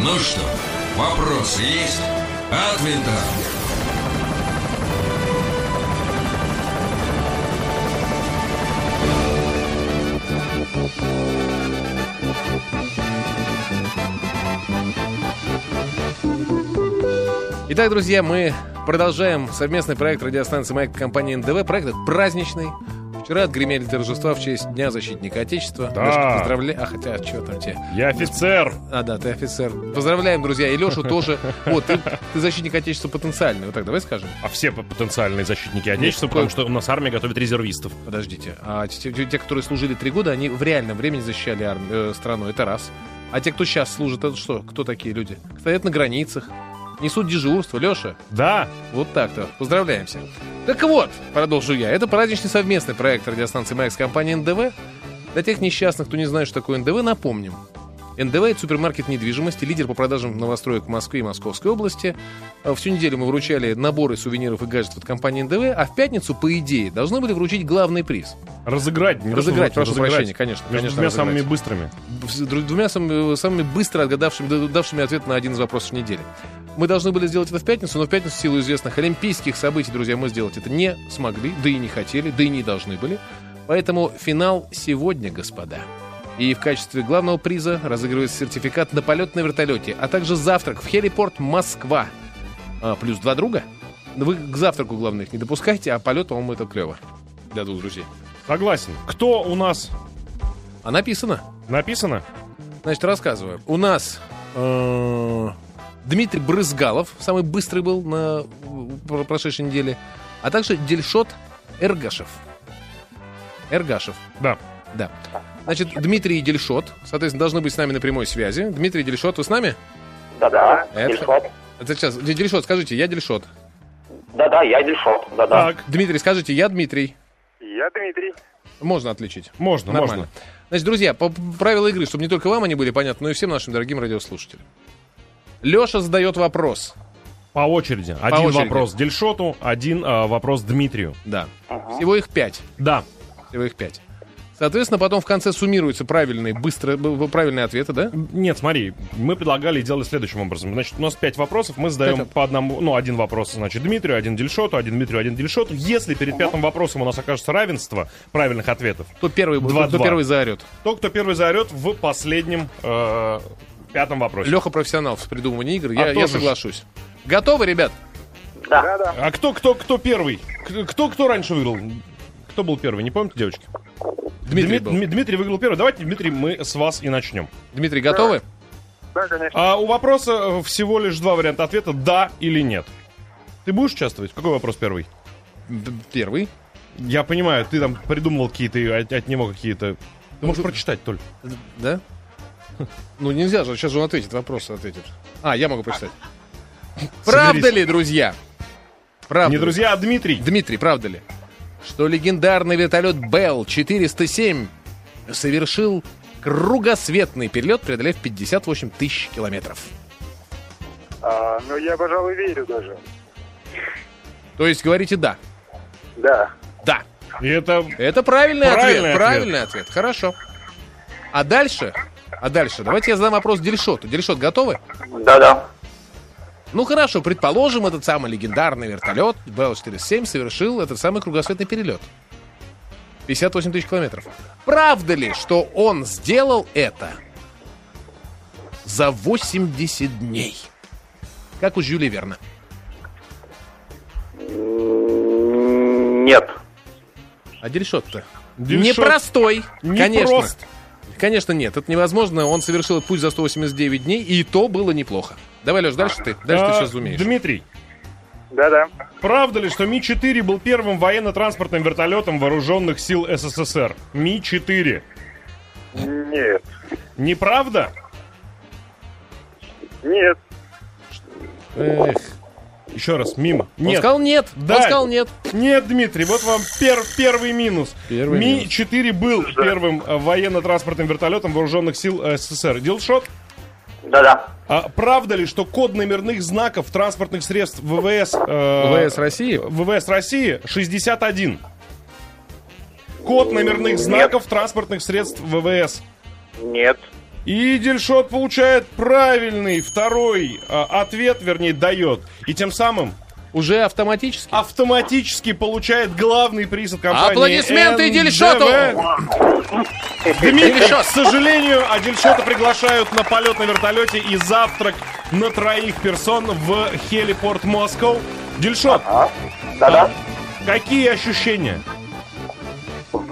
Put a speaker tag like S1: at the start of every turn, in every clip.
S1: Ну что, вопросы есть? А. От винта.
S2: Итак, друзья, мы продолжаем совместный проект радиостанции «Маяк» компании НДВ. Проект этот праздничный. Вчера отгремели торжества в честь Дня защитника Отечества.
S3: Да.
S2: Лёшка, поздравляю. А хотя, что там тебе?
S3: Я офицер.
S2: А, да, ты офицер. Поздравляем, друзья. И Лешу тоже. Вот, ты, ты защитник Отечества потенциальный. Вот так, давай скажем.
S3: А все по- потенциальные защитники Отечества,
S2: Нет,
S3: потому
S2: такое-
S3: что у нас армия готовит резервистов.
S2: Подождите. А те, те- те, которые служили три года, они в реальном времени защищали арм- э, страну. Это раз. А те, кто сейчас служит, это что? Кто такие люди? Стоят на границах, несут дежурство. Леша,
S3: Да,
S2: Вот так-то. Поздравляемся. Так вот, продолжу я. Это праздничный совместный проект радиостанции «Маяк» с компанией НДВ. Для тех несчастных, кто не знает, что такое НДВ, напомним. НДВ – это супермаркет недвижимости, лидер по продажам новостроек в Москве и Московской области. Э, Всю неделю мы вручали наборы сувениров и гаджетов от компании НДВ, а в пятницу, по идее, должны были вручить главный приз.
S3: разыграть. не то, что
S2: Разыграть,
S3: вручить,
S2: прошу
S3: разыграть.
S2: прощения, конечно.
S3: Между
S2: конечно,
S3: двумя
S2: разыграть.
S3: самыми быстрыми.
S2: С дру- двумя самыми, самыми быстро отгадавшими, да- давшими ответ на один из вопросов недели. Мы должны были сделать это в пятницу, но в пятницу в силу известных олимпийских событий, друзья, мы сделать это не смогли, да и не хотели, да и не должны были. Поэтому финал сегодня, господа. И в качестве главного приза разыгрывается сертификат на полет на вертолете, а также завтрак в хелипорт Москва. А, плюс два друга. Но Вы к завтраку, главное, их не допускайте, а полет, по-моему, это клево. Для двух друзей.
S3: Согласен. Кто у нас
S2: А написано.
S3: написано?
S2: Значит, рассказываю. У нас э, Дмитрий Брызгалов, самый быстрый был на э, про- прошедшей неделе, а также Дельшот Эргашев. Эргашев,
S3: Да.
S2: да. Значит, Дмитрий и Дельшот, соответственно, должны быть с нами на прямой связи. Дмитрий Дельшот, вы с нами?
S4: Да-да,
S2: Это-
S4: Дельшот.
S2: Это сейчас, Д- Дельшот, скажите, я Дельшот.
S4: Да-да, я Дельшот, да-да.
S3: Так,
S2: Дмитрий, скажите, я Дмитрий.
S4: Я Дмитрий.
S2: Можно отличить.
S3: можно,
S2: Нормально.
S3: можно.
S2: Значит, друзья, по правила игры, чтобы не только вам они были понятны, но и всем нашим дорогим радиослушателям. Леша задает вопрос.
S3: По очереди. Один
S2: очереди.
S3: вопрос Дельшоту, один а, вопрос Дмитрию.
S2: Да. Всего их пять.
S3: Да.
S2: Всего их пять. Соответственно, потом в конце суммируются правильные, быстро, б- б- правильные ответы, да?
S3: Нет, смотри, мы предлагали и делали следующим образом. Значит, у нас пять вопросов, мы задаем
S2: Это-
S3: по одному, ну, один вопрос, значит, Дмитрию, один Дельшоту, один Дмитрию, один Дельшоту. Если перед пятым вопросом у нас окажется равенство правильных ответов,
S2: Кто первый,
S3: Два-два.
S2: кто первый заорет.
S3: то, кто первый заорет в последнем э, пятом вопросе.
S2: Леха профессионал в придумывании игр, я,
S3: А
S2: я
S3: тоже ж.
S2: соглашусь. Готовы, ребят?
S4: Да.
S3: А кто, кто, кто первый? Кто- Кто, кто раньше выиграл? Кто был первый? Не помните, девочки?
S2: Дмитрий,
S3: Дмит-
S2: был.
S3: Дми- Дмитрий выиграл первый. Давайте, Дмитрий, мы с вас и начнем.
S2: Дмитрий, готовы?
S4: Да, конечно.
S3: А у вопроса э, всего лишь два варианта ответа: да или нет. Ты будешь участвовать? Какой вопрос первый?
S2: Д- Первый.
S3: Я понимаю, ты там придумывал какие-то и от, от него какие-то. Ты можешь прочитать, Толь.
S2: Д- Да? Ну нельзя же, сейчас же он ответит, вопрос ответит. А, я могу прочитать. Правда
S3: Соберись.
S2: ли, друзья? Правда.
S3: Не
S2: ли?
S3: друзья, а Дмитрий.
S2: Дмитрий, правда ли, что легендарный вертолет Bell 407 совершил кругосветный перелет, преодолев 58 тысяч километров?
S5: А, ну, я, пожалуй, верю даже.
S2: То есть говорите «да».
S5: Да.
S2: Да.
S3: И это
S2: Это правильный,
S3: Правильный
S2: ответ.
S3: ответ.
S2: Правильный ответ. Хорошо. А дальше? А дальше? Давайте я задам вопрос Дельшоту. Дельшот, готовы?
S4: Да-да.
S2: Ну хорошо, предположим, этот самый легендарный вертолет Bell 47 совершил этот самый кругосветный перелет. 58 тысяч километров. Правда ли, что он сделал это за 80 дней? Как у Жюли Верна.
S4: М, Нет.
S2: А Дельшот-то?
S3: Дельшот
S2: Непростой,
S3: не
S2: конечно.
S3: прост.
S2: Конечно, нет, это невозможно. Он совершил этот путь за 189 дней, и то было неплохо. Давай, Леш, дальше ты. Дальше ты
S3: А,
S2: сейчас умеешь.
S3: Дмитрий,
S5: Да-да.
S3: правда ли, что Ми-4 был первым военно-транспортным вертолетом вооруженных сил СССР? Ми-4.
S5: Нет.
S3: Неправда?
S5: Нет.
S2: Эх.
S3: Еще раз, мимо.
S2: Он
S3: Нет.
S2: сказал нет.
S3: Да.
S2: Он сказал нет.
S3: Нет, Дмитрий, вот вам пер- первый минус.
S2: Первый
S3: Ми-4 был первым э, военно-транспортным вертолетом вооруженных сил э, СССР. Дилшот,
S4: Да-да.
S3: а правда ли, что код номерных знаков транспортных средств ВВС, э,
S2: ВС России?
S3: ВВС России 61? Код номерных знаков транспортных средств ВВС.
S4: Нет.
S3: И Дельшот получает правильный второй а, ответ, вернее, дает. И тем самым
S2: Уже автоматически?
S3: автоматически получает главный приз от компании.
S2: Аплодисменты
S3: NDV.
S2: Дельшоту!
S3: Дмитрий,
S2: Дельшот!
S3: к сожалению, а Дельшота приглашают на полет на вертолете и завтрак на троих персон в Хелипорт Москва. Дельшот,
S4: А? Да-да.
S5: А?
S3: какие ощущения?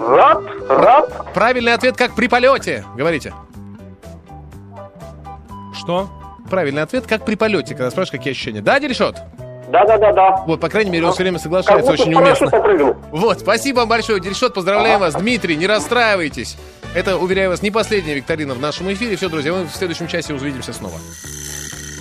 S4: Рад, рад.
S2: Правильный ответ как при полете, говорите.
S3: Что?
S2: Правильный ответ как при полете, когда спрашиваешь, какие ощущения. Да, Дельшот?
S4: Да-да-да-да.
S2: Вот, по крайней мере, он все время
S4: Как
S2: соглашается
S4: будто
S2: очень
S4: с парашюта
S2: уместно.
S4: прыгнул.
S2: Вот, спасибо вам большое, Дельшот. Поздравляем вас, Дмитрий, не расстраивайтесь. Это, уверяю вас, не последняя викторина в нашем эфире. Все, друзья, мы в следующем часе увидимся снова.